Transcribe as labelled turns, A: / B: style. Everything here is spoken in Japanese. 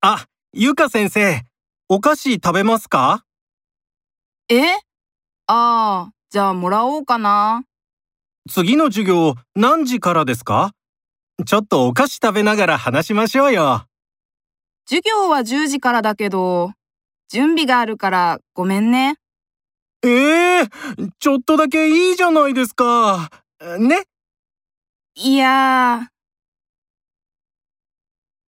A: あ、ゆか先生、お菓子食べますか
B: えああ、じゃあもらおうかな。
A: 次の授業何時からですかちょっとお菓子食べながら話しましょうよ。
B: 授業は10時からだけど、準備があるからごめんね。
A: ええちょっとだけいいじゃないですか。ね
B: いや